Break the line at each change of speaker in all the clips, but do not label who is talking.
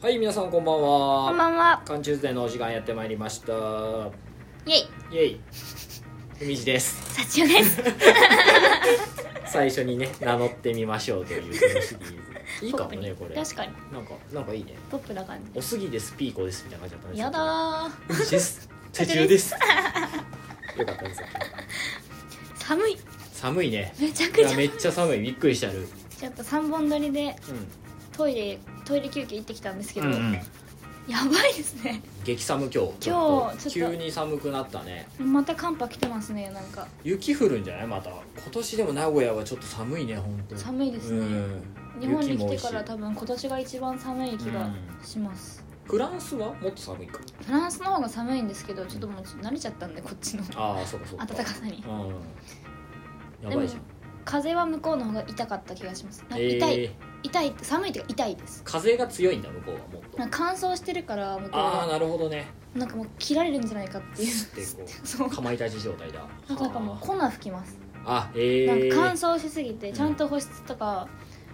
はい皆さんこんばんは
こんばんは。
缶チューズデーのお時間やってまいりました
イェイ。
イエイみじです
サチオです。
最初にね名乗ってみましょうというこのシリー ズいいかもねこ
ポップに
れ
確かに。
なんかなんかいいね
ポップな感じ
お。すぎですピーコですみたいな感じだったね
やだー。
みじです手中ですよかったです
寒い。
寒いね
めちゃく
い
ちゃ
や。めっちゃ寒いびっくりしたる
ちょっと三本撮りで
う
トイレトイレ休憩行ってきたんですけど、
ん、うんうん、
やばいですね。
激寒今日ちょ
今
っ
日
と
ちょっ
急
と
に寒くなったね
また寒波来てますね。なんか
雪降るんじゃないまた今年でも名古屋はちょっと寒いね本当
寒いですね。
うん
日本に
雪
来
も多
て
いし
から多分今年が一番寒い気
う
が
ん
します。
フランスはもっと寒いか
フランスの方が寒いんですけど、ちょっともう慣れちゃったんでこっちの
ああそうかそうか
暖かさに。
うんやばいじゃん
風は向こうの方が痛かった気がします。なんか
え
痛い、
ー、
痛い寒いっていうか痛いです。
風が強いんだ向こうはもっと
なんか乾燥してるから向こうは
ああなるほどね
なんかもう切られるんじゃないかっていう
スッてこ
そう
かまいたち状態だ
なんかなんかもう粉吹きます、
あえー、
なんか乾燥しすぎてちゃんと保湿とか,、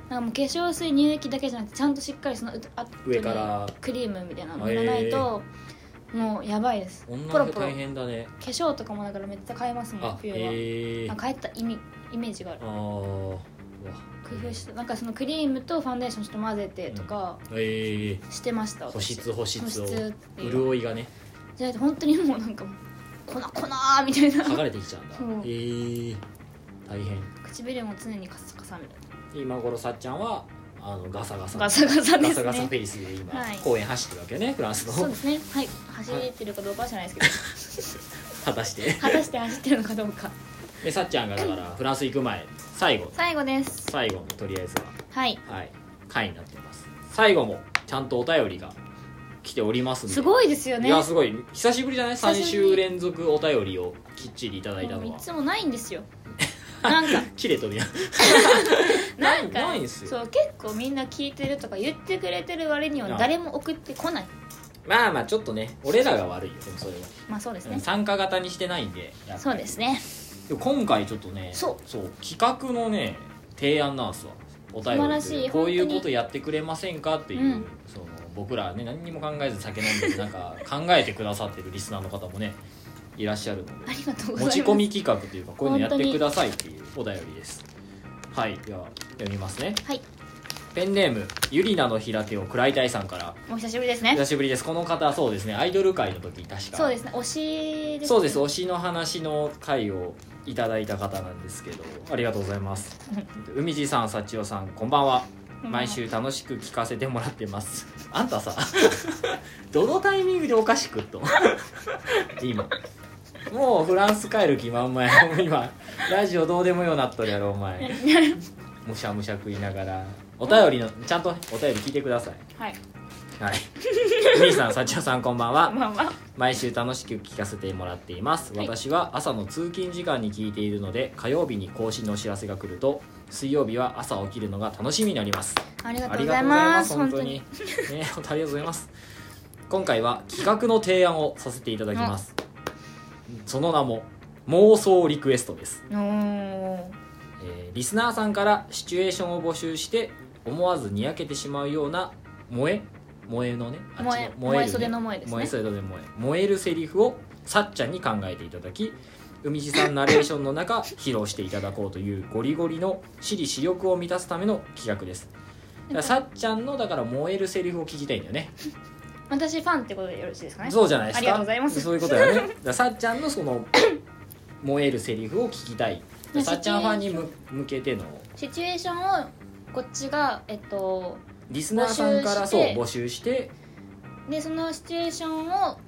なんかもう化粧水乳液だけじゃなくてちゃんとしっかりそのうあとに
上から
クリームみたいなの塗らないと、もうやばいですポ
女
ロ
の人
ポロ
大
化
変だね
粧とかもだからめっちゃ買えますもん
あ
冬は、
えー、
な
あ
んか買えたイメイメージがある
あーうわ
工夫してなんかそのクリームとファンデーションちょっと混ぜてとか
えー、
してました、
保
私
湿保湿
保
を
湿っていう
潤いがね
じゃないと本当にもうなんかもう粉粉ーみたいな
剥がれてきちゃうんだ
そう
えー、大変
唇も常にカサカサみたい
今頃さっちゃんはあのガサガサ
なガサガサで
ガ
す
サ
ね
ガサフェイスで今、
はい
公園走ってるわけねフランス
そ
の
うですねはい走ってるかどうかは知らないですけど
果た して
果たして走ってるのかどうか
でさっちゃんがだからフランス行く前最後
最後です
最後のとりあえず
はい
ははい回になってます最後もちゃんとお便りが来ておりますんです
ご
い
いですよ
い
ね
やすごい久しぶりじゃない
久
3
しぶり
週連続お便りをきっちりいただいた
もう
の
い
は
つもないんですよなんか
切れとるやん
なんか
ないんすよ
そう結構みんな聞いてるとか言ってくれてる割には
ああ
誰も送ってこない
まあまあちょっとね俺らが悪いよでもそれは、
まあそうです
うん
ね
参加型にしてないんでやっぱり
そうですね
でも今回ちょっとね
そう
企画のね提案なんですわお便り
素晴ら
と
し
い
いう
こういう
本
こ
当に
とやってくれませんかっていう、
うん
その僕らはね何にも考えず酒飲んでるなんか考えてくださってるリスナーの方もねいらっしゃるので
ありがとうござい
持
ます
ち込み企画というかこういうのやっ
本当
て
に
くださいっていうお便りですはいでは読みますね
はい
ペンネームゆりなの平手を食らいたいさんから
お久しぶりですね
久しぶりですこの方はそうですねアイドル界の時確か
そうですね推しですね
そうです 推しの話の回をいただいた方なんですけどありがとうございます海地さん幸代さんこんばんは
うん
毎週楽しく聞かせてもらってますあんたさ どのタイミングでお菓子食っと 今もうフランス帰る気満々やもう今ラジオどうでもようなっとるやろお前むしゃむしゃ食いながらお便りのちゃんとねお便り聞いてください
はい
はい海地さん幸代さんこんばんは
まあまあ
毎週楽しく聞かせてもらっています
はい
私は朝の通勤時間に聞いているので火曜日に更新のお知らせが来ると水曜日は朝起きるのが楽しみになります
ありが
あ
とうご
りが
ざい
とうござい
ま
ますす
本
本
当
当
に
にね本当ありがとうございます今回は企画の提案をさせていただきますその名も妄想リクエストです、
おー
えーリスナーさんからシチュエーションを募集して思わずにやけてしまうような萌え萌えのねあっち
萌え
の
萌
る
え
ね
袖の萌えです
燃え
ね
そうで燃え燃えるセリフをさっちゃんに考えていただき海地さんナレーションの中披露していただこうというゴリゴリの私利私欲を満たすための企画ですだからさっちゃんのだから燃えるセリフを聞きたいんだよね
私ファンってことでよろしいですかね
そうじゃないですか
ありがとうございます
そういうことだよねだからさっちゃんのその燃えるセリフを聞きたい
ね
さっちゃんファンにむ向けての
シチュエーションをこっちがえっと
リスナーさんから
募集して
そう募集して
でそのシチュエーションを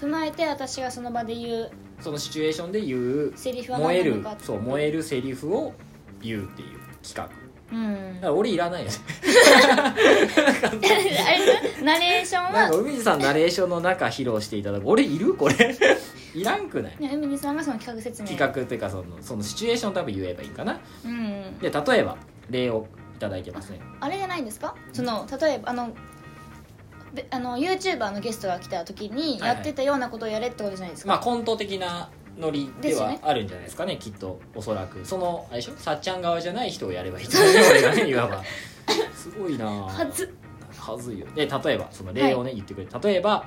踏まえて私がその場で言う
そのシチュエーションで言う
セリフは
燃え
何な
る
のかって
そう燃えるセリフを言うっていう企画
うん
だ
あ
から俺いらないよね
れナレーション
なん
は
か海地さんナレーションの中披露していただく俺いるこれ いらんくない
ね海にさんがその企画説明
企画っていうかそのそのシチュエーションを多分言えばいいかな
うん
で例えば例をいただいてますね
あれじゃないんですかその例えばあのべあの YouTuber のゲストが来た時に
はいはい
やってたようなことをやれってことじゃないですか、
まあコント的なノリで
ですよ
は
ね
あるんじゃないですかねきっとおそらくその あれでしょさっちゃん側じゃない人をやればいいと思うよ俺がねいわばすごいなぁ
はず
はずいよで例えばその例をね、言ってくれる例えば、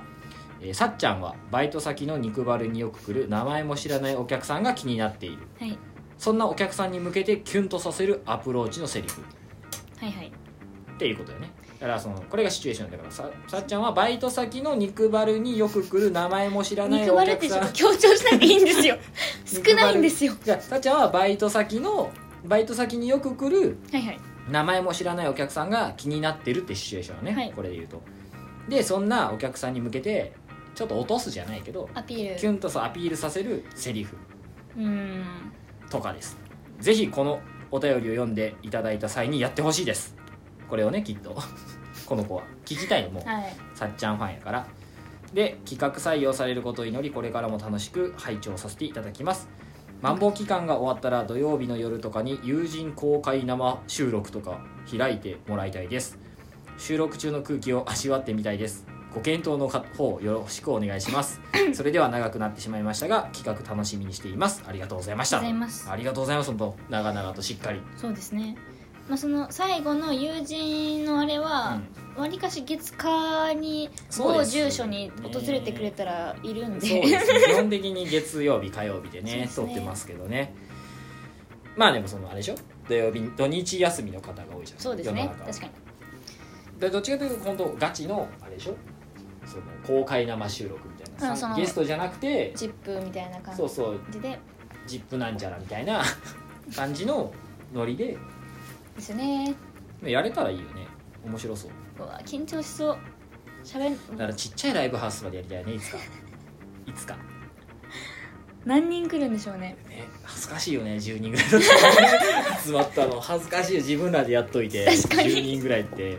えーさっちゃんはバイト先の肉バルによく来る名前も知らないお客さんが気になっている
はい
そんなお客さんに向けてキュンとさせるアプローチのセリフ
はいはい
っていうことだよねだからそのこれがシチュエーションだからささっちゃんはバイト先の肉バルによく来る名前も知らない
肉
お
割れっ
客
てち
さ
ょっ
ん
と強調しなきゃいいん ですよ
肉
少ないんですよ
じゃあさっちゃんはバイト先のバイト先によく来る
はいはい
名前も知らないお客さんが気になってるってシチュエーションね、
はい
これで言うとでそんなお客さんに向けてちょっと落とすじゃないけど
アピール
キュンとそうアピールさせるセリフ
うーん
とかですぜひこのお便りを読んでいただいた際にやってほしいですこれをねきっと この子は聞きたいのもう
はい
さっちゃんファンやからで企画採用されることを祈りこれからも楽しく拝聴させていただきますマンボウ期間が終わったら土曜日の夜とかに友人公開生収録とか開いてもらいたいです収録中の空気を味わってみたいですご検討の方よろしくお願いします それでは長くなってしまいましたが企画楽しみにしていますありがとうございました
ありがとうございます
ありがとうございます本当長々としっかり、
そうですねまあその最後の友人のあれは
うん
わり、かし月火に
そう
某
です
住所に訪れてくれたらいるんで
そうですね基本的に月曜日火曜日でね
そうですね
撮ってますけどねまあでもそのあれでしょ土曜日土日休みの方が多いじゃん
そうですね
は
確かに
でどっちかというと本当ガチのあれでしょその公開生収録みたい
うんそ
な、
の
ゲストじゃなくて
ジップみたいな感
そうそう
じで
「ジップなんちゃら」みたいな 感じのノリで
ですよね
やれたらいいよね面白そう
うわ緊張しそうしゃべん
だからちっちゃいライブハウスまでやりたいよねいつかいつか
何人来るんでしょうね
ね恥ずかしいよね10人ぐらい集まったの恥ずかしいよ自分らでやっといて
確かに
10人ぐらいって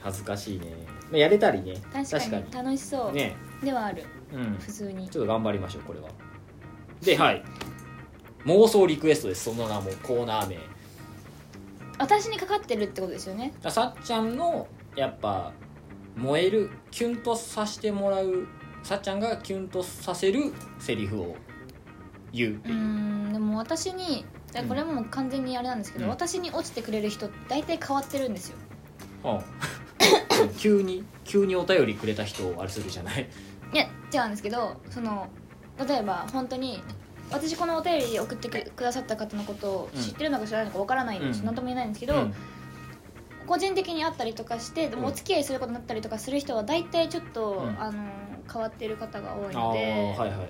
恥ずかしいね、まあ、やれたりね
確かに楽しそう、
ね
ではある
うん
普通に
ちょっと頑張りましょうこれはではい妄想リクエストですその名もコーナー名
私にかかってるってことですよね
ださっちゃんのやっぱ燃えるキュンとさせてもらうさっちゃんがキュンとさせるセリフを言うって
う
いう
ー
ん
でも私にいや
うん
これはもう完全にあれなんですけど、
うん
私に落ちてくれる人大体変わってるんですよ
うん 急に急にお便りくれた人をあれするじゃない
いや違うんですけどその例えば本当に私このお便り送ってくくださった方のことを
うん
知ってるのか知らないのかわからないんで
うん
す、何とも言えないんですけど、
うん
個人的に会ったりとかしてでも
うん
お付き合いすることになったりとかする人は大体ちょっと、
うん
あの変わってる方が多い
あ
ので
ーはいはい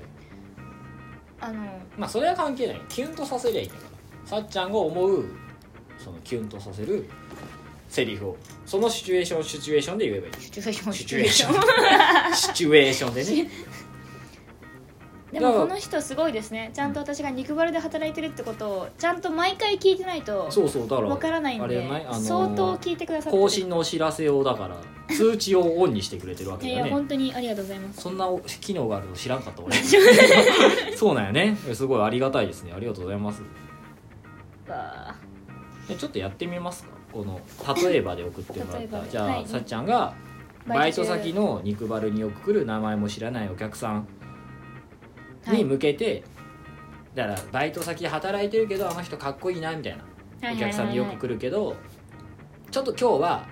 あの
まあそれは関係ないキュンとさせりゃいいんだからさっちゃんが思うそのキュンとさせるセリフをそのシチュエーションシチュエーションで言えばいい
シチュエーション
シチュエー ションシチュエーションで ね
で
だ
も
から
この人すごいですねちゃんと私が肉バルで働いてるってことをちゃんと毎回聞いてないと
そうそうだから
わからないん
あれ
で
やないあのー
相当聞いてくださってる
更新のお知らせをだから通知をオンにしてくれてるわけ
い
だよ
やいや
ね
本当にありがとうございます
そんな機能がある の知らんかった俺そうなんやねすごいありがたいですねありがとうございます
わ
でちょっとやってみますかこの例えばで送ってもらっ
例えば
た
で
じゃあ、
はい
さっちゃんが
ー
バイト先
中
の肉バルによく来る名前も知らないお客さん
は
に
い
向けて、だからバイト先で働いてるけどあの人かっこいいなみたいなお客さんによく来るけどちょっと今日は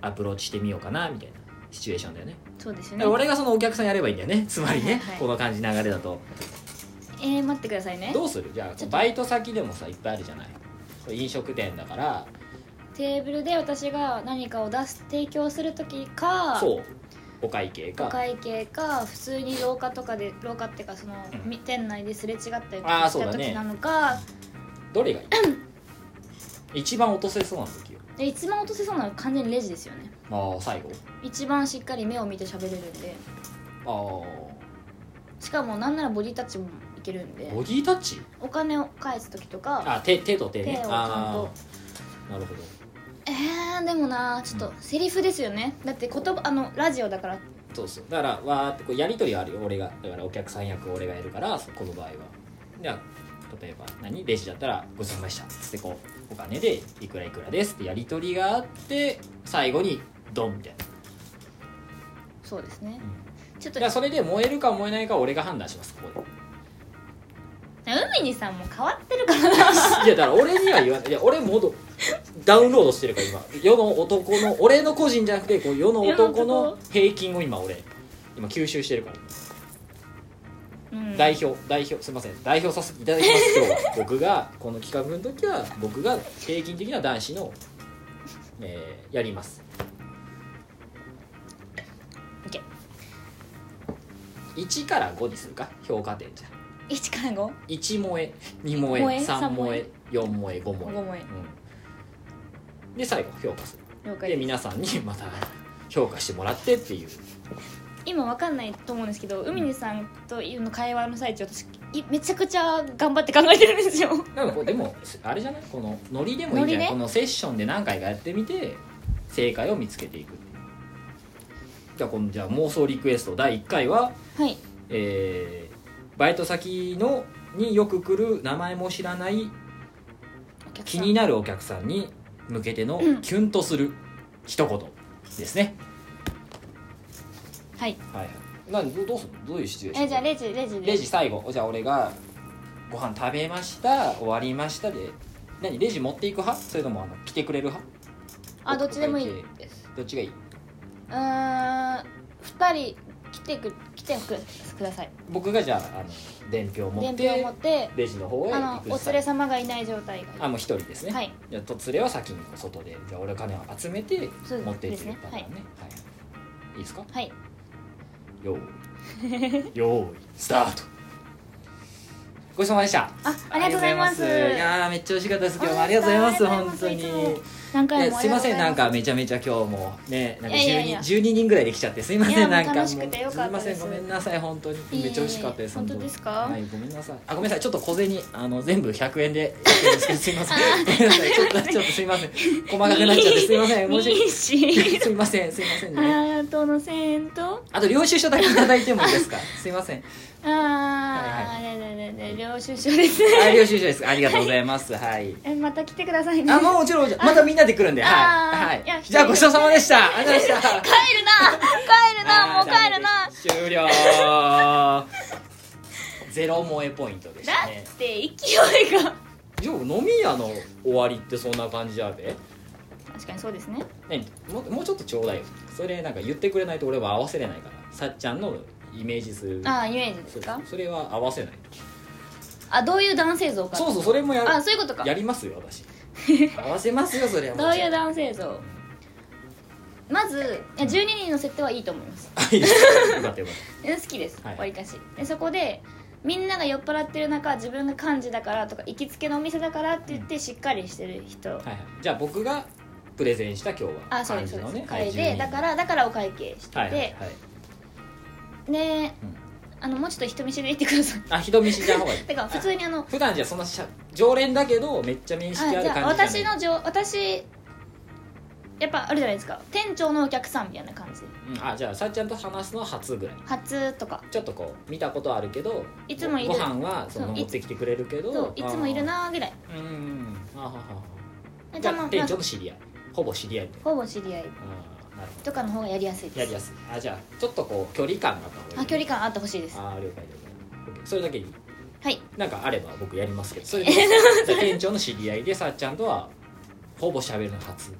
アプローチしてみようかなみたいなシチュエーションだよね
そうです
だか
よね
ら俺がそのお客さんやればいいんだよねつまりね、
はいはい
この感じ流れだと
えー、待ってくださいね
どうするじゃ
ち
あ
ょっと
バイト先でもさいっぱいあるじゃないこれ飲食店だから
テーブルで私が何かを出す提供する時か
そうお会計
お
か
会計か普通に廊下とかで廊下っていうかその、
うん
み店内ですれ違ったりと
あ
か
ー
し
そう
た
だね
時なのか、
どれがい い一番落とせそうな時よ
で一番落とせそうなのは完全にレジですよね
ああ最後
一番しっかり目を見て喋れるんで
ああ
しかもなんならボディタッチもいけるんで
ボディタッチ
お金を返す時とか
あ手手と手ね
手をちゃんと
ああなるほど
えー、でもなちょっとセリフですよねだって言葉あのラジオだから
そうそうだからわーってこうやり取りはあるよ俺がだからお客さん役を俺がやるからそこの場合はじゃあ例えば何レジだったら「ごちそうさまでした」つってこうお金でいくらいくらですってやり取りがあって最後にドンみたいな
そうですね、ちょっと
じゃあそれで燃えるか燃えないかは俺が判断しますここで
海にさんも変わってるから
いやだから俺には言わないいや俺もどダウンロードしてるから今世の男の俺の個人じゃなくてこう世の男
世の
の
男
平均を今俺今吸収してるから、
うん
代表代表すいません代表させていただきます今日 は僕がこの企画の時は僕が平均的な男子の、えーやります
オッケー
1から5にするか評価点じゃ
1から5
1萌え2萌
萌
え
え
3萌え
三
4萌え5萌え
5もえ
うん、で最後評価する
了
で
解です
皆さんにまた評価してもらってっていう
今わかんないと思うんですけど海根さんとの会話の最中私いめちゃくちゃ頑張って考えてるんですよ
なんかこうでもあれじゃないこのノリでもいいんじゃない、
ノリね
このセッションで何回かやってみて正解を見つけていくじゃあこのじゃあ妄想リクエスト第1回は、
はい
えーバイト先のによく来る名前も知らない
お客
気
さん
になるお客さんに向けての
うん
キュンとする一言ですね、
はい
はいはいなんどどうするどういうシチュエーション
えじゃあレジレジで
レジ最後じゃあ俺が「ご飯食べました終わりましたで」何レジ持っていく派それともあの来てくれる派
あどっちでもいいです
どっちがいいう
ーん2人来てく来てくください
僕がじゃああの伝票を持っ
伝票
て
を持って
レジの方へ
あ
行
の
く
お連れ様がいない状態が
あもう一人ですね、
はい
じゃあと連れは先に外でじゃあ俺金を集めて
そう
持っていって
です
る
ね
パターンねはい、い、いですか
はい
よーい よーいスタートごちそうさまでした
あありがとうございます
ありがとうございますいやーめっちゃ美味しかったです今日もありがとうございます本当
ありがとうございますい
に
つも何
い
回
や
もあ
す
り
い
が
ま
と
せんないんか
うござます
めちゃめちゃ今日もねなんか 12,
いやいやいや
12人ぐらいで来ちゃってすいま
い
せ
や
んなんかもう
楽しくてよかったです
いませんごめんなさい本当に
いえいえ
めっちゃ美味しかったです
本当ですか
はいごめんなさいあごめんなさいちょっと小銭あの全部100円でやってるんですけどすいませんごめんなさいちょっ とちょっとすいません細かくなっちゃってすいません申し
いいし
訳すいませんすいませんね
ハートの線と
あと領収書だけいただいてもいいですかすいません
ああ、ねねねね領収書です
はい領収書ですありがとうございますはい
えまた来てくださいね
あもうもちろんもちろんまたみんなで来るんではい
あー
はい
いや
じゃあごちそうさまでしたありがとうございました
帰るな帰るなもう帰るな
終了ゼロ萌えポイントでした
だ
ね
って勢いが
じゃあ飲み屋の終わりってそんな感じやで
確かにそうですね
何ももうちょっとちょうだいよそれなんか言ってくれないと俺は合わせれないからさっちゃんのイメージする
ああイメージで
そ
す
う
か
それは合わせない
あどういう男性像か
そうそうそれもやる
あそういうことか
やりますよ 私合わせますよそれはも
どう
ち
い
ろ
う ん男性像まずいや12人の設定はいいと思います
あいいですよかったよかっ
え好きです
はい
わりかしでそこでみんなが酔っ払ってる中自分が幹事だからとか行きつけのお店だからって言ってしっかりしてる人、
た、はいはい、じゃあ僕がプレゼンした今日は
あそうですそう
感
です、
じのねは
彼
い
で
12
だからだからお会計してて、
はいはいはい
で、あのもうちょっと人見知りで行ってください
あ人見知りな方がいい
てか普通にあの
普段じゃそんなしゃ常連だけどめっちゃ面識
あ
あ
じ
る
ゃあ
感じ
私
じゃない
のじょ私やっぱあるじゃないですか店長のお客さんみたいな感じ
うんあじゃあさっちゃんと話すのは初ぐらい
初とか
ちょっとこう見たことあるけど
いつもいる
ごご飯はその
そう
持ってきてくれるけど
そういつもいるなーぐらい
あーうんあははは
で
じ
た
ゃ
ま
あ店長の知り合いほぼ知り合いみたいな
ほぼ知り合い
あーなるほ
とかの方がやりやすいです
どやりやすいあじゃあちょっとこう距離感があった方がいい
あ距離感あってほしいです
あ
は
ー了解了解 OK それだけに
い
なんかあれば僕やりますけ どそれで じゃあ店長の知り合いでさっちゃんとはほぼ喋るの初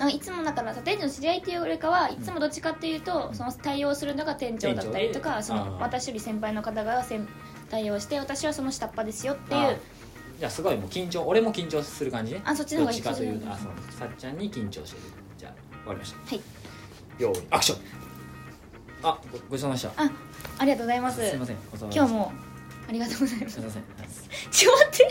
あいつもだからさ店長の知り合いっていうよりかはいつもどっちかっていうと、その対応するのが店長だったり
店
と
長
か
で
そ
あー
の私より先輩の方が先対応して私はその下っ端ですよってい
あ
う
じゃあすごいもう緊張俺も緊張する感じね
あそっちの
どっ
方がいい
ちかというと
そ
あ
っち
そ
の
のさっちゃんに緊張してるじゃあ終わりました
はい
よーいアクションあごごちそうさまでした
あありがとうございます
すいませんごちそうさまでした
今日もありがとうございま す
すいません
ちょっと待っ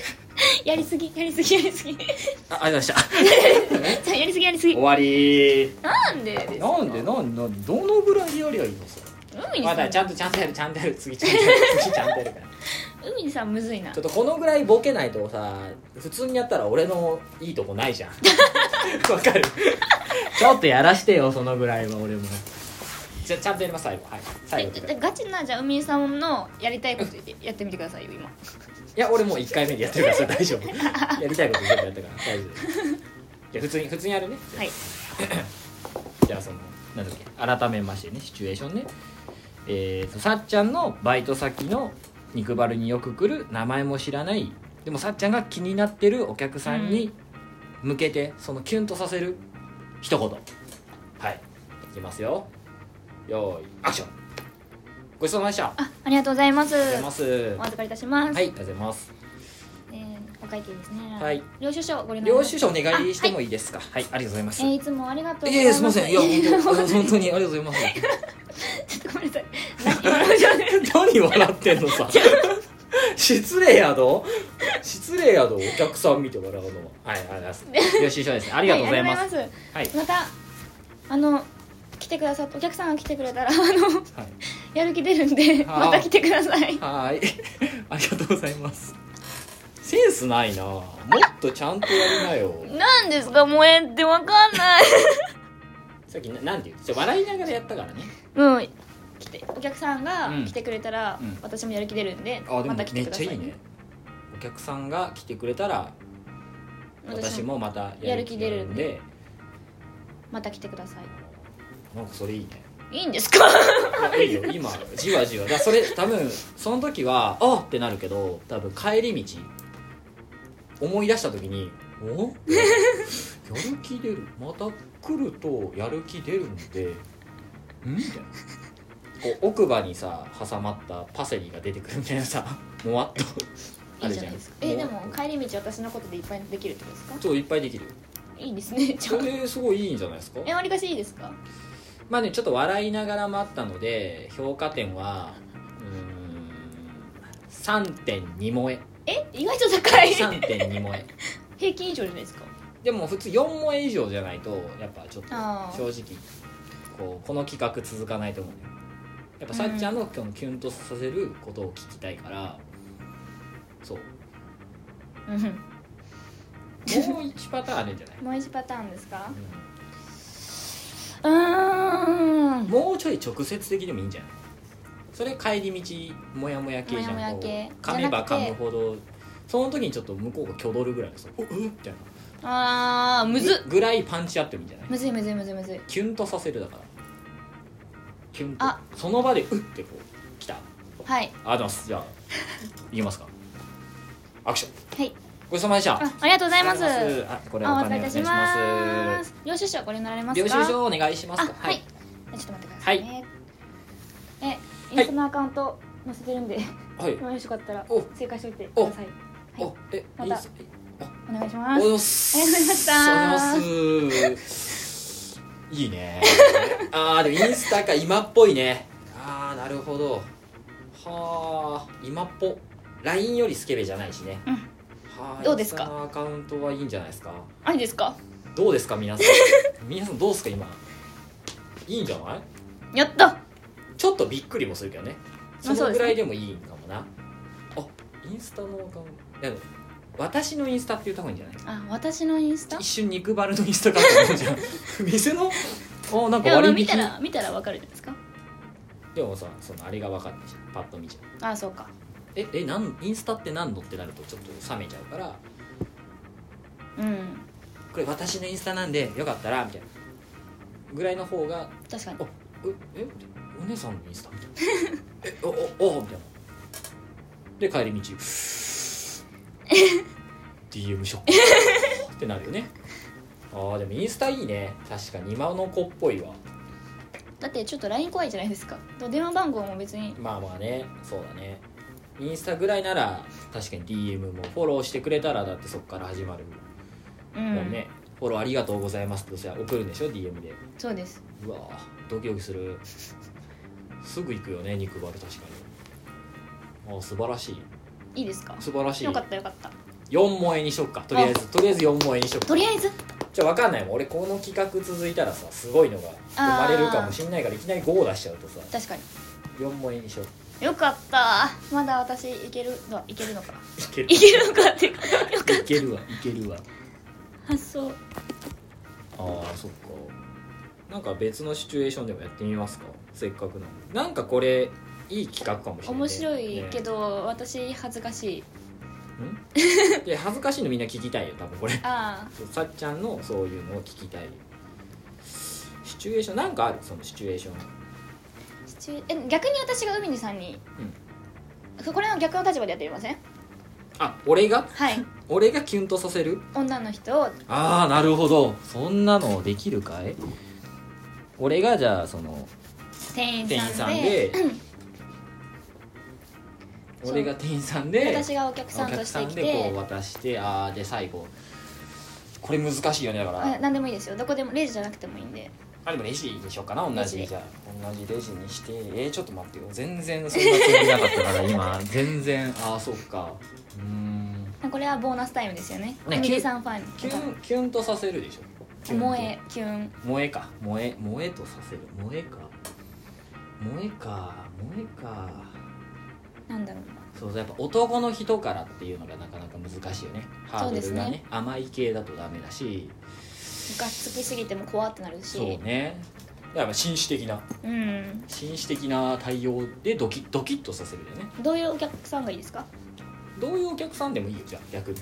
てや りすぎやりすぎやりすぎじ
あありがとうございました
ゃあやりすぎやりすぎ
終わり
なんでですか
なんでなんでなんでどのぐらいやりゃいいのさ
海に
ま
さ
だ
ん
ちゃんとちゃんとやるちゃんとやる次ちゃんとやる次ちゃんとやるから
海にさんむずいな
ちょっとこのぐらいボケないとさ普通にやったら俺のいいとこないじゃん わかる ちょっとやらしてよそのぐらいは俺もじゃちゃんとやります最後はい最後
ええガチなじゃあ海さんのやりたいことやってみてくださいよ今
いや俺もう1回目でやってるからそれ大丈 夫やりたいこと全部やったから大丈夫じゃ普通に普通にやるね
はい
じゃあそのなんだっけ改めましてねシチュエーションねえーとさっちゃんのバイト先の肉バルによく来る名前も知らないでもさっちゃんが気になってるお客さんに向けてそのキュンとさせる一言はいいきますよよーいアクションごちそうさまでしたあり
あありがとうございます
がとうござい
お
ます
預かりいたします、
はいありがとうございます
えーお会計ですね
はい
領収書ご連絡
領収書お願いして
あ
もいいですかはい、ありがとうございます
はい、えーいつもありがとうござい
いやい
ま
や
す
すみませんい や
や
本
もう
当本当にありがとうございます
ちょっとごめんなさい今の状態
何笑ってんのさ失礼やど失礼やどお客さん見て笑うのははいありがとうございます領収書ですねあ
あ
りがとうございます
ありがとうござい
はい
ますまたあの来てくださったお客さんが来てくれたらあの やる気出るんで
あー
また来てください
はいはーいありがとうございますセンスないなもっとちゃんとやりなよ
なんですか萌えってわかんない
さっきななんて言うちょ笑いながらやったからね
うん来てお客さんが
うん
来てくれたら、
うん
私もやる気出るんで
あでも
ま
め
た
っ
来てくださ
ち
い
ゃいいねお客さんが来てくれたら私もまたやる気出るん
や
で
また来てください
なんかそれいいね
いいんですか
いやいいよ今じわじわだからそれ多分その時は「あっ!」ってなるけど多分帰り道思い出した時に「おやる気出るまた来るとやる気出るんでん?」みたいなこう奥歯にさ挟まったパセリが出てくるみたいなさもわっと
いいじゃないですかえでも帰り道私のことでいっぱいできるってことですか
そういっぱいできる
いいで すねじゃ
そ
あ
れすごいいいんじゃないですか
えわりかしいいですか
まあねちょっと笑いながらもあったので評価点はうーん3.2萌え
え意外と高い
3.2萌え
平均以上じゃないですか
でも普通4萌え以上じゃないとやっぱちょっと
あー
正直こうこの企画続かないと思うねやっぱさっちゃんの今日のキュンとさせることを聞きたいから、そう
うん
もう1パターンあるんじゃない、
もう一パターンです
う
かうー
ん
ん
もうちょい直接的でもいいんじゃないそれ帰り道モヤモヤ系じゃん
モヤモヤ系
こう噛めば
じゃ
噛
な
む
くて
ほどその時にちょっと向こうが挙動るぐらいのそうおうみたいな
あーむずっ
ぐらいパンチあってもいいんじゃない
むずいむずいむずいむずい
キュンとさせるだからキュンと
あ
その場でうってこう来たあ
はい
ありがとうございますじゃあいきますかアクション
はい
ごちそうさまでした
あありがとうございます
ありがとうございますあこれお
あお預
金
か
お願
りいた
いし
し
ま
ますす領収書ご連絡なられます
領
か
収書お願いします
あ
か
はいちょっと待ってくださいねえインスタのアカウント載せてるんで
はい、はい
もしよかったら
お
追加しておいてください
おえ
また
いいっす
お願いし
お
ま
は
す
ようございます
ありがとうござい
ありがとうござい
ました
ますいいねあーでもインスタか今っぽいねあーなるほどはあ今っぽ LINE よりスケベじゃないしね、
うん
はあ
どうですか
インスタのアカウントはいいんじゃないですか
あいいですか
どうですか皆さん皆さんどうですか今いいんじゃない
やった
ちょっとびっくりもするけどね
ま
そ
あそう
の
ですね
ぐらいでもいいんかもな、あインスタのアカウントいや私のインスタって言った方がいいんじゃない
あ私のインスタ
一瞬肉バルのインスタかと思うじゃん店 のあなん
い
か
やま
割
あ
引
見たら見たらわかるじゃないですか
でもさそのあれが分かんないじゃんパッと見ちゃう
あそうか
ええなんインスタって何のってなるとちょっと冷めちゃうから
うん
これ私のインスタなんでよかったらみたいなぐらいの方が
確かに
あええみたいなお姉さんのインスタみた いなえおおおみたいなで帰 り道 DM ショック ってなるよねあーでもインスタいいね確かに今の子っぽいわ
だってちょっと LINE 怖いじゃないですか電話番号も別に
まあまあねそうだねインスタぐらいなら確かに DM もフォローしてくれたらだってそっから始まる
う
もん
ん
ね、フォローありがとうございますってさ送るんでしょ DM で
そうです
うわぁドキドキするすぐ行くよね肉バル確かにああ素晴らしい
いいですか
素晴らしい
よかったよかった
4萌えにしよっかとりあえずとりあえず4萌えにしよっか
とりあえず
じゃあ分かんないもん俺この企画続いたらさすごいのが生まれるかもしんないからいきなり5を出しちゃうとさ
確かに
4萌えにしよう
よかったまだ私いけるのいけるのかない
ける
いけるのかって
いけるわいけるわ
発想
ああそっかなんか別のシチュエーションでもやってみますかせっかくなんでなんかこれいい企画かもしれない、
面白いけ
ど、
ど私恥ずかしい
んで恥ずかしいのみんな聞きたいよ多分これ
あ
さっちゃんのそういうのを聞きたいシチュエーションなんかあるそのシチュエーション
あシチュエえ逆に私が海にさんに
うん、
これは逆の立場でやってみません
あ俺が
はい
俺がキュンとさせる
女の人を
ああなるほどそんなのできるかい俺がじゃあその
店員
店員さ
さ
ん
んで
で
そう
俺が店員さんで
私がお客さんとして
お
き
客さんで
て
こう渡してああで最後これ難しいよねだから、
あ何でもいいですよどこでもレジじゃなくてもいいんで
あでもレジにしようかな同
レ
じ
ジ
じゃあ同じレジにしてえー、ちょっと待ってよ全然 そんなつもりなかったから今全然ああそっかうーん
これはボーナスタイムですよね
ね
ね
キュン
ミさんファ
キュ
ン
ンキュンとさせるでしょキュンと
萌えキュン
萌えか萌え萌えとさせる萌えか萌えか萌えか
なんだろう
そうやっぱ男の人からっていうのがなかなか難しいよねハードル
そう
がね
ですね
甘い系だとダメだし
ムカつきすぎても怖ってなるし
そうねやっぱ紳士的な
うん
紳士的な対応でドキッドキッとさせるよね
どういうお客さんがいいですか
どういうお客さんでもいいよじゃあ逆に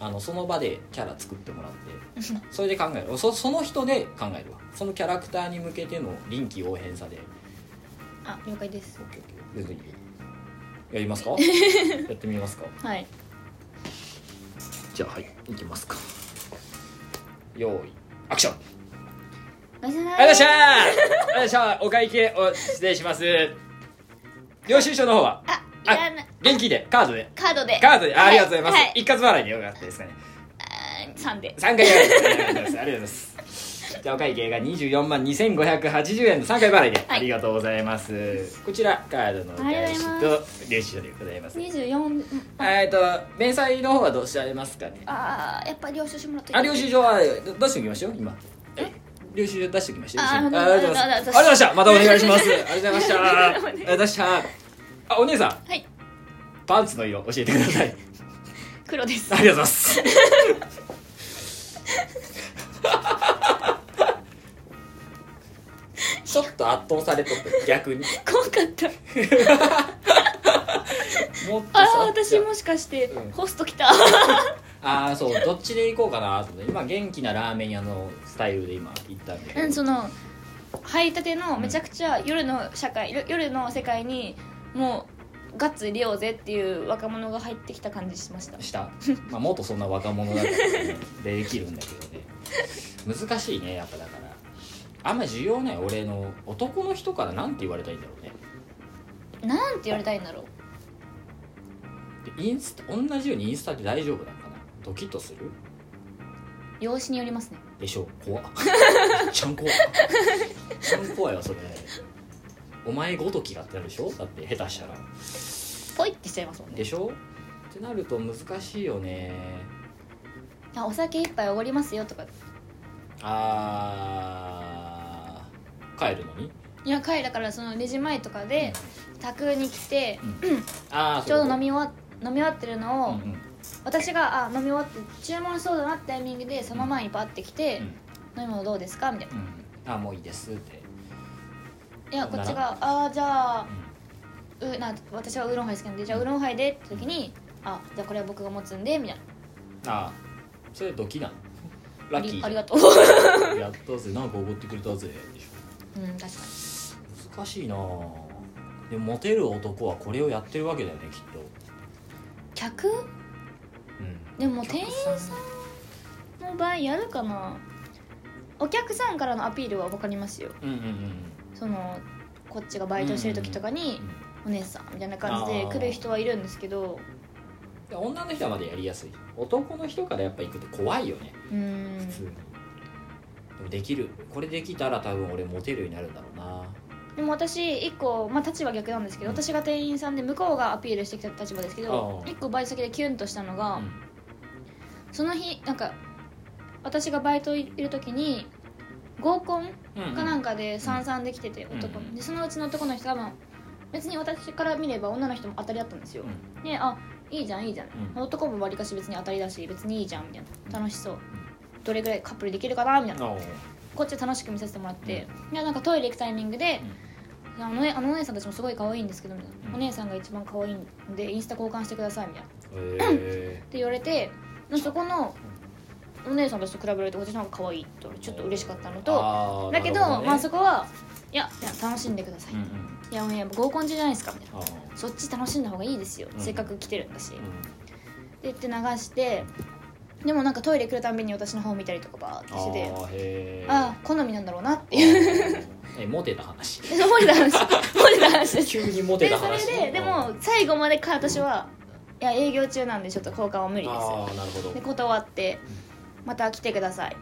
あのその場でキャラ作ってもらってそれで考えるそその人で考えるわそのキャラクターに向けての臨機応変さで
あ了解です
オッケーオッケー全然いいよやります かやってみますか
はい
じゃあはいいきますか用意アクション
ごちそうさま
はいいら
で
っ
し
したゃいいらっしゃいお会計を失礼します領収書の方は
あいらない
現金でカードで
カードで
カードであありがとうございます、
ははい、
一括払いでよかったですかね
あー3で
3回払いでありがとうございますありがとうございます じゃあお会計が24万2580円の3回払いで、
は
あ
い
りがとうございますこちらカードのお返し
ありがとう
と領収書でございます
24
えっと明細の方はどうしてありますかね
あーやっぱ領収書もらって
あ領収書はど出しておきましょう今え領収書出しておきましょう
あ
一緒にあ
あの
りがとうございますありがとうございましたまたお願いします ありがとうございましたありがとうございましたあお姉さん
はい
パンツの色教えてください
黒です
ありがとうございます ちょっと圧倒されとって逆に
怖かった
もっと
あ
さ
あ私もしかして
うん
ホスト来た
ああそうどっちで行こうかなと思って今元気なラーメン屋のスタイルで今行ったんで
うんその入りたてのめちゃくちゃ夜の社会夜夜の世界にもうガッツ入れようぜっていう若者が入ってきた感じしました
した、まあ、元そんな若者だから、ね、できるんだけどね難しいねやっぱだからあんま需要ない俺の男の人からなんて言われたいんだろうね
なんて言われたいんだろう
でインスタ同じようにインスタって大丈夫なのかなドキッとする
容姿によりますね
でしょ怖っちゃん怖っちゃん怖いわそれお前ごときがってなるでしょだって下手したら
ポイってしちゃいますもんね
でしょってなると難しいよね
あお酒一杯おごりますよとか
あー帰るのに
いや帰だからそのレジ前とかで宅に来て
ああ
ちょうど飲み終わ飲み終わってるのを、私があ飲み終わって注文しそうだなってタイミングでその前にパッて来て、飲み物どうですかみたいな
あもういいですって、
いやこっち
な
が「ああじゃあうな私はウーロンハイ好きなんでじゃあウーロンハイで」って時に「あじゃあこれは僕が持つんで」みたいな
ああそれドキなのラ
あ
ッキ
り
ー
ありが
と
とう
うやったぜなんかおごってくれたぜでし
うん確かに
ょ難しいなあでもモテる男はこれをやってるわけだよねきっと、
客
うん、
でも店員さんの場合やるかなお客さんからのアピールは分かりますよ
うんうんうん
そのこっちがバイトしてる時とかに
うん
「お姉さん」みたいな感じで来る人はいるんですけど
で女の人はまだやりやすい男の人からやっぱ行くって怖いよね
う
普
ん
通に、でもできるこれできたら多分俺モテるようになるんだろうな
でも私一個、まあ、立場逆なんですけど
うん
私が店員さんで向こうがアピールしてきた立場ですけど
ああ
一個バイト先でキュンとしたのが、
うん
その日なんか私がバイトいる時に合コン
うん
かなんかで三々できてて
うん
男
うん
のでそのうちの男の人がまあ別に私から見れば女の人も当たりだったんですよ、
う
であいいじゃんいいじゃん、
うん
男もわりかし別に当たりだし別にいいじゃんみたいな楽しそう、
ん
どれぐらいカップルできるかなみたいな
あ
こっちは楽しく見させてもらって、いやなんかトイレ行くタイミングで、あのねあのお姉さんたちもすごい可愛いんですけどみたいな、
うん
お姉さんが一番可愛いんでインスタ交換してくださいみたいなっ
え
て言われてそこのお姉さんたちと比べられて私の方が可愛いってちょっと嬉しかったのと
と
だけどまあそこはいやいや楽しんでください、
うんう
い
ん
やいや合コン中じゃないですかみたい
あ
なそっち楽しんだ方がいいですよ、
うん
せっかく来てるんだし、
ー
でって流してでもなんかトイレ来るたんびに私の方見たりとかバーって
あ
してて
ーへー
ああ好みなんだろうなっていう
えモテた話
でモテた話モテた話です
急にモテ
で
た
それ
話
ででも最後までか私はいや営業中なんでちょっと交換は無理で
ああなるほ
す
ど
で断ってまた来てください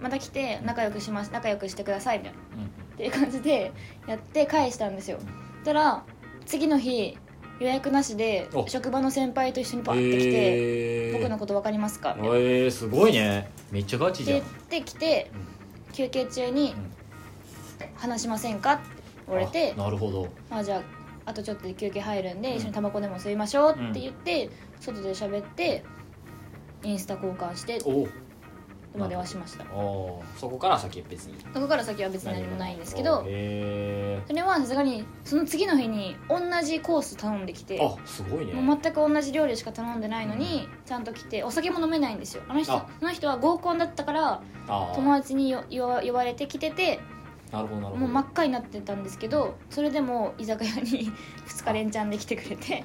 また来て仲良くします仲良くしてくださいみたいなっていう感じでやって返したんですよそしたら次の日予約なしで
お
職場の先輩と一緒にパ
うん
ッて来て
え
「僕のこと分かりますか?」みたいなっ
えー、すごいねめっちゃガチ
て
じゃ
言
ん
ってきて休憩中に「話しませんか?」って言われて
あなるほど
まあじゃああとちょっとで休憩入るんで一緒にタバコでも吸いましょうって言って、外で喋ってインスタ交換して
おお
まではしました
あーそこから先は別に
そこから先は別に何もないんですけど
へ
それはさすがにその次の日に同じコース頼んできて
えあすごいね
もう全く同じ料理しか頼んでないのにちゃんと来てお酒も飲めないんですよあの人
あ
その人は合コンだったから
あー
友達によ言わ言われて来てて
なるほどなるほど
もう真っ赤になってたんですけどそれでも居酒屋に 2日連チャンで来てくれて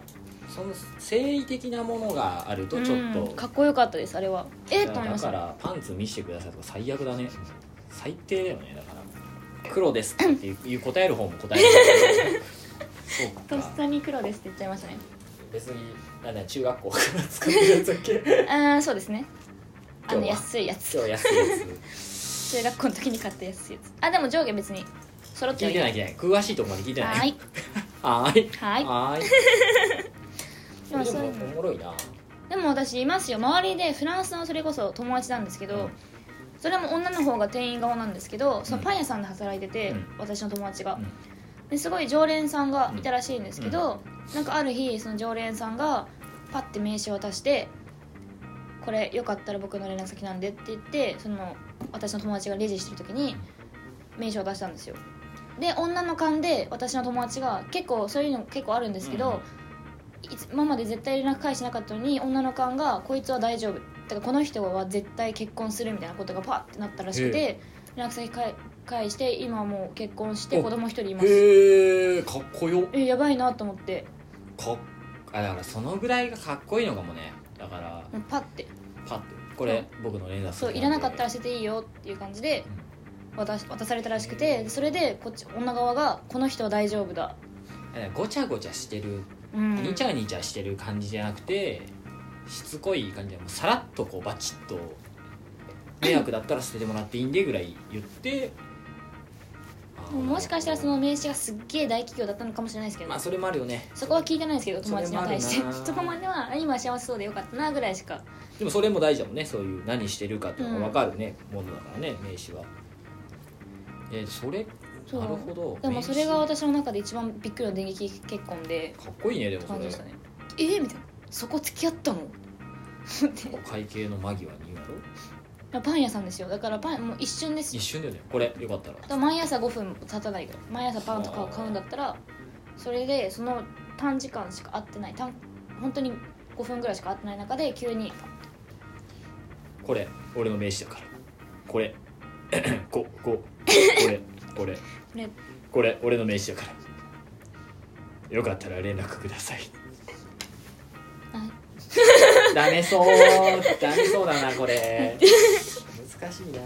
その誠意的なものがあるとちょっと、
うんかっこよかったですあれはえっと思いま
だ
し
か
た
らパンツ見せてくださいとか最悪だね最低だよねだから黒ですっていう答える方も答えるそ
と
う
っ
か
さに黒ですって言っちゃい ましたね
別になんだ中学校から作ってるやつだっ け
ああそうですねあの
今日は
安いやつ
今日安いや
中学校の時に買った安いやつあでも上下別に揃っ
つ
て
聞いてない聞いてない詳しいところまで聞いてない
はーい
はーい
はーい
はーい
でも
で
そうい
も
う
お
の
もろいな
でも私いますよ周りでフランスのそれこそ友達なんですけど、
うん
それも女の方が店員側なんですけどそのパン屋さんで働いてて、
うん
私の友達が、
うん
ですごい常連さんがいたらしいんですけど、なんかある日その常連さんがパッて名刺を渡して「これよかったら僕の連絡先なんで」って言ってその私の友達がレジしてる時に名刺を出したんですよで女の勘で私の友達が結構そういうの結構あるんですけど、いつ今まで絶対連絡返してなかったのに女の勘が「こいつは大丈夫」てかこの人は絶対結婚するみたいなことがパッてなったらしく
へ
て連絡先かい返して今はもう結婚して
お
子供一人います
へえかっこよ
えやばいなと思って
かっあだからそのぐらいがかっこいいのかもねだから
もうパッて
パッてこれ僕の連絡
そういらなかったら
ら
捨てていいよっていう感じで渡し渡されたらしくてそれでこっち女側が「この人は大丈夫だ」
ごちゃごちゃしてる
うん
にちゃにちゃしてる感じじゃなくてしつこい感じでもうさらっとこうバチッと迷惑だったら捨ててもらっていいんでぐらい言ってあー
もしかしたらその名刺がすっげえ大企業だったのかもしれないですけど、
まあそれもあるよね
そこは聞いてないですけど友達に対し
それもあ
て
るな
そこまではあ「今幸せそうでよかったな」ぐらいしか
でもそれも大事だもんねそういう何してるかっていうのが分かるね、ものだからね名刺はえーそれ
そう
なるほど
でもそれが
名刺
私の中で一番びっくりの電撃結婚で
かっこいいねでもそ
感じ
れ
でしたねえみたいなそこ付き合ったの
お会計の間際に言うやろ
パン屋さんですよだからパンもう一瞬です
一
よ
瞬だよねこれよかったら
だから毎朝5分も経たないから毎朝パンとかを買うんだったらそれでその短時間しか会ってない短本当に5分ぐらいしか会ってない中で急に
これ俺の名刺だからこれ こここれこれ
これ
これ俺の名刺だからよかったら連絡ください
あ
ダメそうダメそうだなこれ難しいな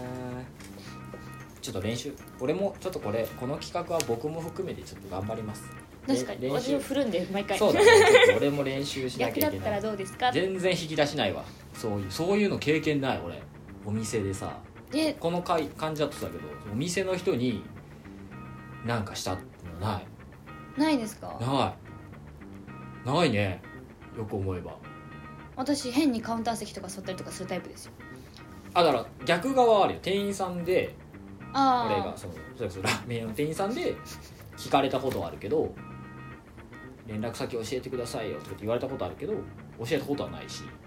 ちょっと練習俺もちょっとこれこの企画は僕も含めてちょっと頑張ります
確かに
れ練
私
習
を振るんで毎回
そうだ ねちょっと俺も練習しな
逆
きゃ
だ
い
っ
けな
たら
い
どうですかで
全然引き出しないわそういうそういうの経験ない俺お店でさこの会感じだったけどお店の人になんかしたってのない
ないですか
ないないねよく思えば
私変にカウンター席とか座ったりとかするタイプですよ
あだから逆側はあるよ店員さんで俺
あ
がそのそれこそラーメン屋の店員さんで聞かれたことはあるけど連絡先教えてくださいよとかって言われたことあるけど教えたことはないし
あ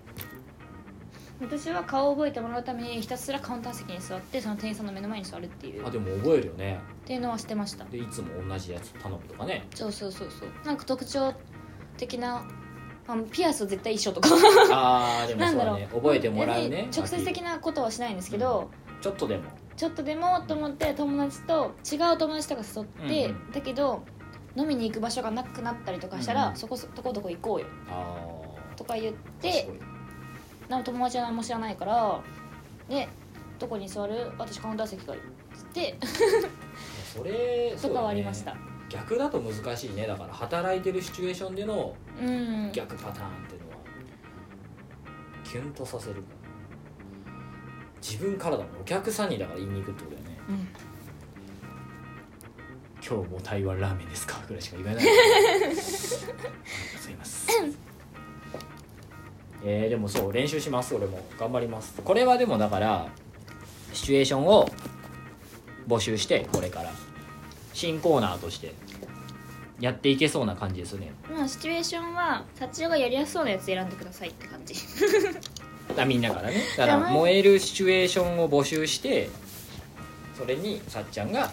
私は顔を覚えてもらうためにひたすらカウンター席に座ってその店員さんの目の前に座るっていう
あ
っ
でも覚えるよね
ていうのはしてました
でいつも同じやつ頼むとか ね
そうそうそうそうなんか特徴的なあのピアスを絶対一緒とか
あーでも
なん
そう
だろ
だ
う
ね覚えてもらうね
別に直接的なことはしないんですけど、
ちょっとでも
ちょっとでもと思って友達と違う友達とか誘って、
うんう
だけど飲みに行く場所がなくなったりとかしたら、
うん
そこそどこどこ行こうよ
ああ
とか言って
賢い
なん友達は何も知らないからでどこに座る私カウンター席がいいって言っ
それ
てとかはありまし
そ
た
うだね逆だと難しいねだから働いてるシチュエーションでの
うん
逆パターンっていうのはキュンとさせる自分からだもんお客さんにだから言いに行くってことだよね
うん
今日も台湾ラーメンですかぐらいしか言えないありがとうございますえーでもそう練習します俺も頑張りますこれはでもだからシチュエーションを募集してこれから新コーナーとしてやっていけそうな感じですね
まあシチュエーションは幸代がやりやすそうなやつ選んでくださいって感じ
あみんなからねだか
じゃ
ら
あ
燃えるシチュエーションを募集してそれにさっちゃんが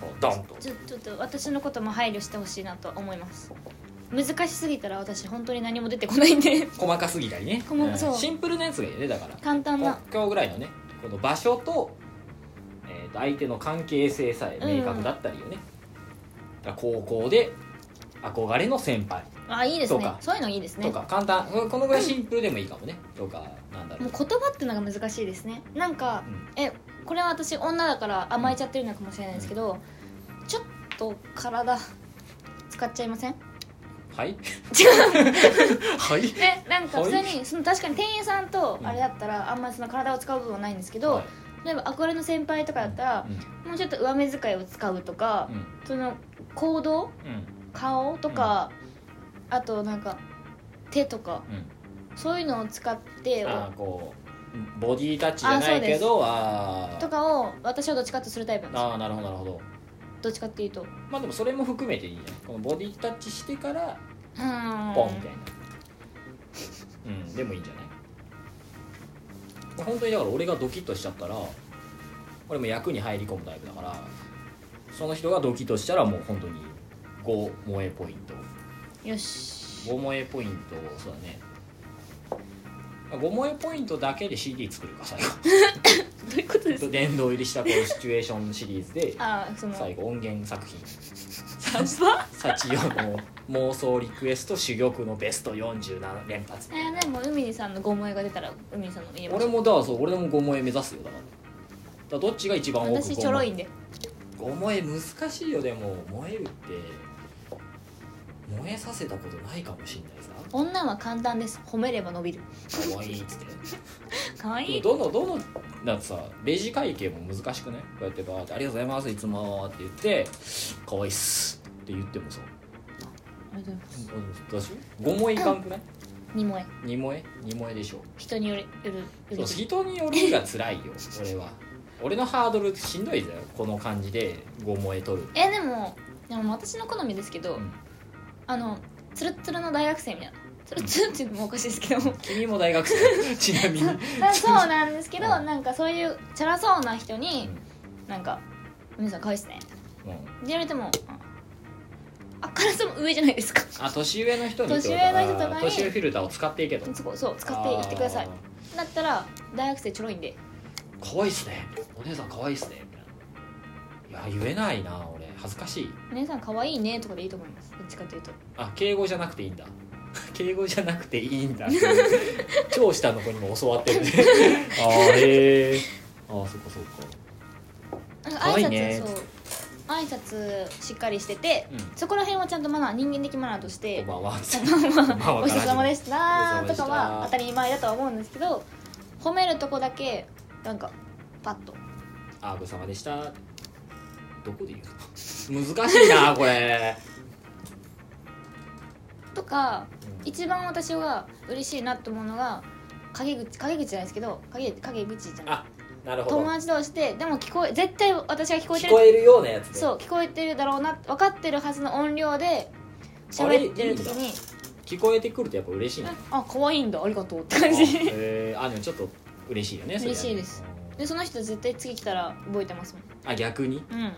こうドンと
ちょちょっと私のことも配慮してほしいなと思います難しすぎたら私本当に何も出てこないん で
細かすぎたりね、
細か
うん
そう
シンプルなやつがいいねだから
簡単な
国境ぐらいのねこの場所と,、えーと相手の関係性さえ明確だったりよね、だから高校で憧れの先輩
あいいです
と
ね
か
そういうのいいですね
と
もう
か、簡単うんこのぐらいシンプルでもいいかもね、とかなんだろ
言
う、
葉ってのが難しいですねなんか
うん
えこれは私女だから甘えちゃってるのかもしれないですけどちょっと体使っちゃいません
はい はい
えなんか
はい
普通にその確かに店員さんと
うん
あれだったらあんまりその体を使う部分はないんですけど、
はい
例えば憧れの先輩とかだったら
う、ん
もうちょっと上目遣いを使うとか、
うん
その行動
うん
顔とか、あとなんか手とか
うん
そういうのを使ってお
あーこうボディタッチじゃないけどあー
とかを私はどっちかってするタイプなんですよ
あーなるほどなるほど
どっちかっていうとう
まあでもそれも含めていいねこのボディタッチしてから
ーん
ポンみたいなうんでもいいんじゃない本当にだから俺がドキッとしちゃったら俺も役に入り込むタイプだからその人がドキッとしたらもう本当に5萌えポイント
よし
5萌えポイントそうだね5萌えポイントだけで CD 作るか 最
どういうことです
後殿堂入りしたこのシチュエーションシリーズで
ああその
最後音源作品
やば
幸代の妄想リクエスト珠玉のベスト47連発
えー、でも海にさんのご萌えが出たら海にさんの入れまし
俺
ょう
もだからそう俺も5萌え目指すよだからだからどっちが一番多く
私ちょろいんで
5萌え難しいよでも燃えるって燃えさせたことないかもしんないさ
女は簡単です褒めれば伸びる
可愛いっつって
かわい
でも
い
どのどのだってさレジ会計も難しくないこうやってバーって「ありがとうございますいつも」って言って「可愛いっす」って言ってもさ
ありがとうございます
どうしよう5萌えいかんくない
二萌え
2萌え2萌えでしょ
人によるよるよる
そう人によるが辛いよ俺は俺のハードルしんどいぜこの感じで5萌え取る
えでもでも私の好みですけど、
うん
あのツルッツルの大学生みたいなツルッツルっていうのもおかしいですけど
君も大学生ちなみに
まあそうなんですけど
うん
なんかそういうチャラそうな人に
うん
なんか「お姉さん可愛いっすね」って
うん
言われても「ああからさま上じゃないですか」
あ年上の人にってこと
年上の人とかに
あー年上フィルターを使っていけと
そこそう使っていってください
あ
だったら大学生ちょろいんで
ー可愛いっすねお姉さん可愛いっすねみたいないや言えないな俺恥ずかしい
「お姉さん可愛いね」とかでいいと思いますどっちかというと
あ敬語じゃなくていいんだ 敬語じゃなくていいんだ 超下の子にも教わって るねあーへえあーそっかそっか
なんか
可愛
挨
い
拶
ね
そう挨拶しっかりしてて
うん
そこら辺はちゃんとマナー人間的マナーとし
こ
て
んばんは
「ごちそうさま で
し
した」
ごちそうさまで
とか
した
は当たり前だとは思うんですけど褒めるとこだけなんかパッと
あごちそうさまでしたどこで言うの 難しいなこれ、
とか
うん
一番私が嬉しいなと思うのが陰口陰口じゃないですけど陰陰口じゃない
あなるほど
友達同士ででも聞こえ絶対私が聞こえて
聞
る
こえるようなやつで
そう聞こえてるだろうな分かってるはずの音量で喋ってる時に
聞こえてくるとやっぱ嬉しいね
「あ可愛いんだありがとう」って感じ
えー、あでもちょっと嬉しいよねそれはね
嬉しいですでその人絶対次来たら覚えてますもん
あ逆に
うん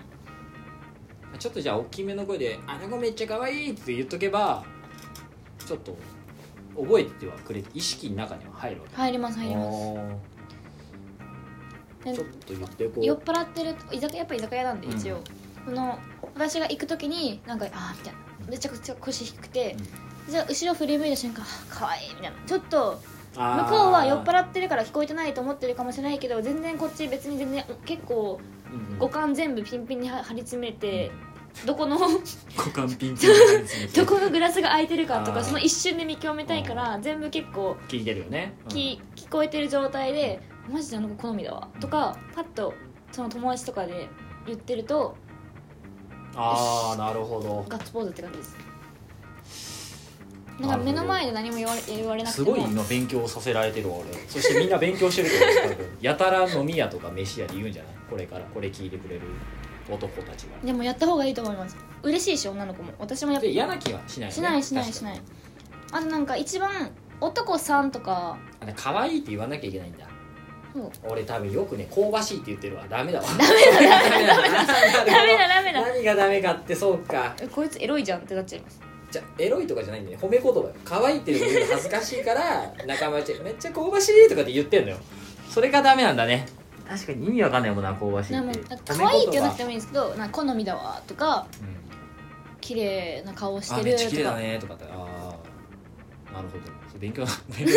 ちょっとじゃあ大きめの声で「あの子めっちゃ可愛いって言っとけばちょっと覚えてはくれて意識の中には入るわけ
入ります入ります
あ
で
ーちょっと言ってこう
酔っ払ってると居酒やっぱ居酒屋なんで
うん
一応、その私が行く時になんか「ああ」みたいなめちゃくちゃ腰低くて、じゃあ後ろ振り向いた瞬間あ「かわいい」みたいなちょっと向
向
こうは酔っ払ってるから聞こえてないと思ってるかもしれないけど全然こっち別に全然結構五感全部ピンピンに張り詰めてど この
股間ピンピンになり つつ
どこのグラスが空いてるかと
あー
かその一瞬で見極めたいから全部結構
聞いてるよねうん
き聞こえてる状態で「マジであの子好みだわ」とかパッとその友達とかで言ってると
ああなるほど
ガッツポーズって感じですだから目の前で何も言われ言われなく
す
ても
ごい今勉強させられてるわ俺そしてみんな勉強してると思う多分やたら飲み屋とか飯屋で言うんじゃないこれからこれ聞いてくれる男たちが
でもやった方がいいと思います嬉しいし女の子も私もやっぱ
で嫌な気はしないよね
しないしないしないあとなんか一番男さんとか
確かにあ可愛いって言わなきゃいけないんだ
そう
俺多分よくね香ばしいって言ってるわダメだわ
ダメだダメ
ダ
だダメだダメだ
何がダメかってそうか
えこいつエロいじゃんってなっちゃいます
じゃエロいとかじゃないんだよ褒め言葉よ可愛いって言うの恥ずかしいから仲間内めっちゃ香ばしいとかって言ってんのよそれがダメなんだね確かに意味わかんないもんな香ばし
でも可愛いって言わなくてもいいんですけどなんか好みだわとか綺麗な顔し
あ
て
めっ
る
ちゃ綺
と
麗だ
か
ねとかってああなるほどそう勉強 な勉強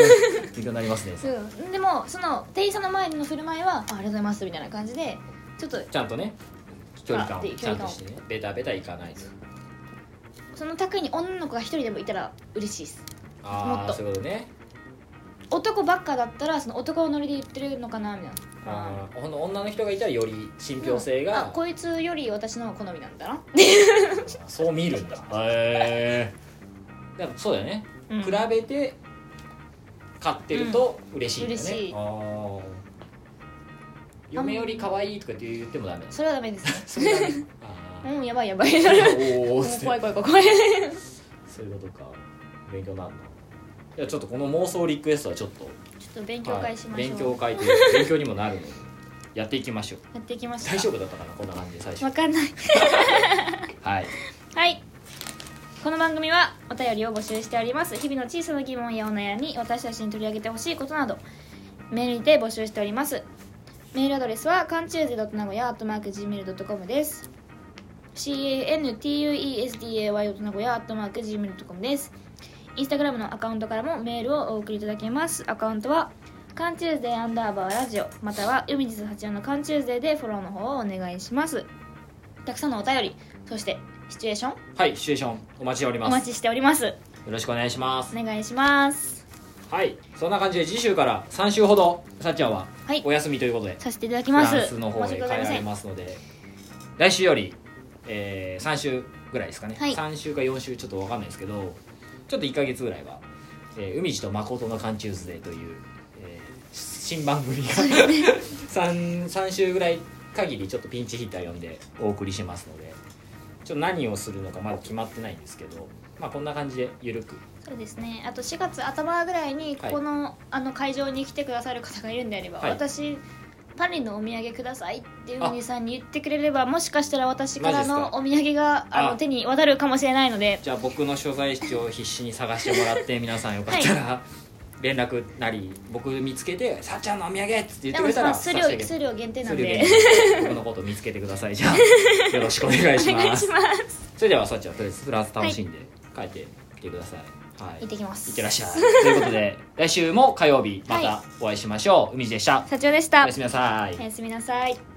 勉強になりますね
そうでもその店員さんの前での振る舞いはあありがとうございますみたいな感じでちょっと
ちゃんとね距離感を
あで
ち
距
ゃ
離
ん
感
と
を
してねベタベタいかないと
その宅に女の子が一人でもいたら嬉しいです
あ
もっ
あ
と
そういうことね
男ばっかだったらその男をノリで言ってるのかなみたいな
あーほんの女の人がいたらより信憑性
あ
が
こいつより私の好みなんだな、
そう見るんだへえだからそうだよね
うん
比べて買ってると嬉しいんだよね、
嬉しい
あー嫁より可愛いとかって言ってもダメ
それはダメですね
あ
うんやばいやばい
ーおお
もう怖い怖い怖い怖い
そういうことか勉強になるのいやちょっとこの妄想リクエストはちょっと
ちょっと勉強会しま
はい
しょう、
勉強会というか勉強にもなるのでやっていきましょう
やっていきましょう
大丈夫だったかなこんな感じで最初
わかんない
はい
はいこの番組はお便りを募集しております日々の小さな疑問やお悩み私たちに取り上げてほしいことなどメールにて募集しておりますメールアドレスはかんちゅうぜ .nagoya.gmail.com です cantuesday.nagoya.gmail.com ですインスタグラムのアカウントからもメールをお送りいただけますアカウントはカンチューズデーアンダーバーラジオまたは海水八四のカンチューズデーでフォローの方をお願いしますたくさんのお便りそしてシチュエーション
はいシチュエーションお待ちしており
お
ま
待
す
ちしております
よろしくお願いします
お願いします
はいそんな感じで次週から3週ほどさっちゃんは
はい
お休みということで
させていただき
フラ
ま
ン
す
スの方
申
へ
し
帰
訳ござい
ら
ませ
れ
ん
ますので来週より、えー、3週ぐらいですかね、
はい
3週か4週ちょっと分かんないですけどちょっと1か月ぐらいは「えー、海地と誠の缶チューズデー」という、えー新番組が 3, 3週ぐらい限りちょっとピンチヒッター呼んでお送りしますのでちょっと何をするのかまだ決まってないんですけど、まあ、こんな感じでゆるく
そうですねあと4月頭ぐらいにここの,、あの会場に来てくださる方がいるんであれば、
はい
私パリのお土産くださいっていうふうにさんに言ってくれればもしかしたら私か
マ
ら
ジです
の
か
お土産があ
あ
の手に渡るかもしれないので
じゃあ僕の所在地を必死に探してもらって皆さんよかったら連絡なり僕見つけて「さっちゃんのお土産!」っつって言っ
で
てく
も
れた
さ
ら
数
差し
量
上げる
数量限定な
数
ん
量
で
限定僕のことを見つけてくださいじゃ あよろしくお願いし
お願
ま
いし
す
ます
それではさっちゃんとりあえずフランス楽しんで帰ってきてください、はい
行ってきます
いってらっしゃいということで来週も火曜日またお会いしましょう、海地でした
社長でした
おやすみなさい
おやすみなさい